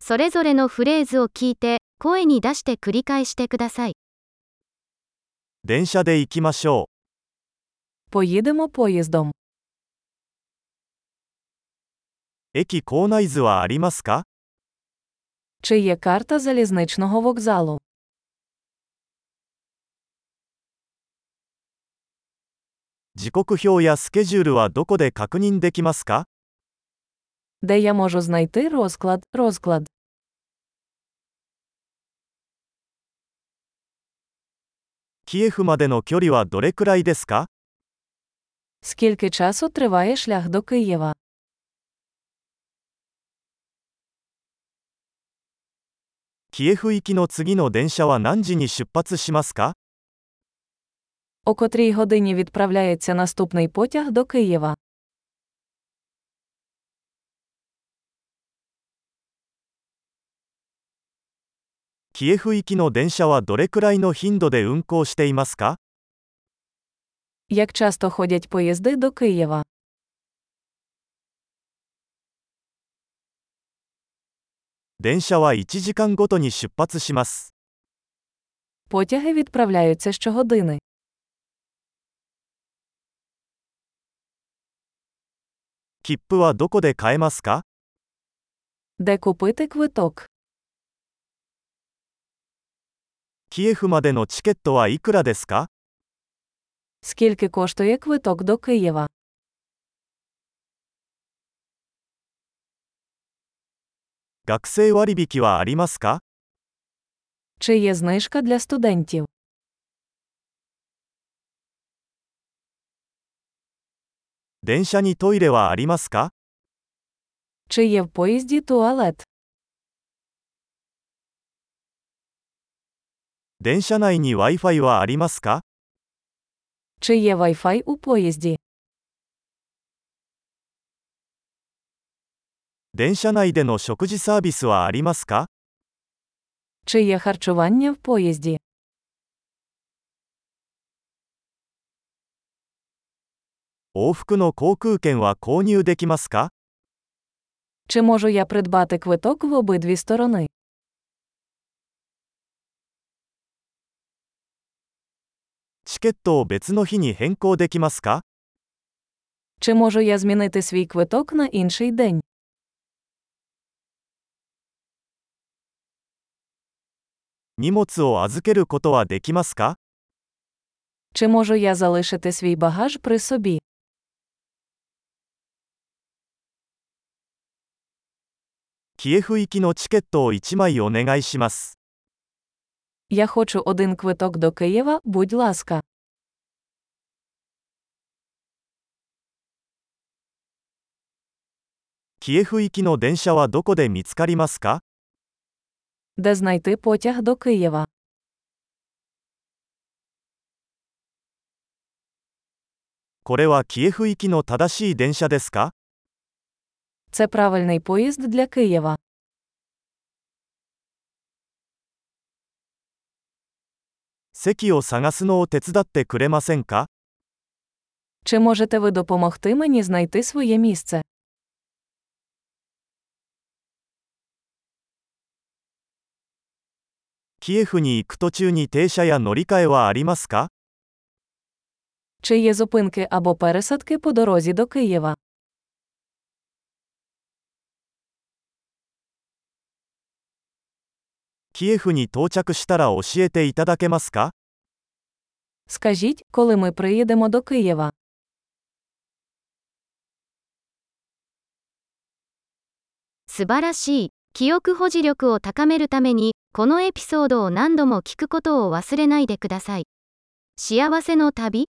それぞれのフレーズを聞いて、声に出して繰り返してください。電車で行きましょ Поїдемо поїздом. う。駅構内図はありますか Чи є карта залізничного вокзалу? 時刻表やスケジュールはどこで確認できますか Де я можу знайти розклад, розклад? キエフまでの距離はどれくらいですか Скільки часу триває шлях до Києва? キエフ行きの次の電車は何時に出発しますか О котрій годині відправляється наступний потяг до Києва? 「キエフ行きの電車はどれくらいの頻度で運行していますか?」 Як часто ходять поїзди до Києва? 「電車は1時間ごとに出発します」 Потяги відправляються щогодини. 「切符はどこで買えますか? Де купити квиток?」 「キエフまでのチケットはいくらですか?」 Скільки коштує квиток до Києва? 「学生割引はありますか?」 Чи є знижка для студентів? 「電車にトイレはありますか?」 Чи є в поїзді туалет? 「電車内に w i f i はありますか?」 Чи є Wi-Fi у поїзді? 「電車内での食事サービスはありますか?」 Чи є харчування в поїзді? 「往復の航空券は購入できますか?」 Чи можу я придбати квиток в обидві сторони? 「チケットを別の日に変更できますか?」 Чи можу я змінити свій квиток на інший день? 「荷物を預けることはできますか?」 Чи можу я залишити свій багаж при собі? 「キエフ行きのチケットを1枚お願いします」 Я хочу один квиток до Києва, будь ласка. 「キエフ行きの電車はどこで見つかりますか?」 Де знайти потяг до Києва? 「これはキエフ行きの正しい電車ですか?」 Це правильний поїзд для Києва. 「席を探すのを手伝ってくれませんか?」 Чи можете ви допомогти мені знайти своє місце? 「キエフに行く途中に停車や乗り換えはありますか?」 Чи є зупинки або пересадки по дорозі до Києва? 「キエフに到着したら教えていただけますか?」 Скажіть, коли ми приїдемо до Києва? 「素晴らしい」記憶保持力を高めるためにこのエピソードを何度も聞くことを忘れないでください。幸せの旅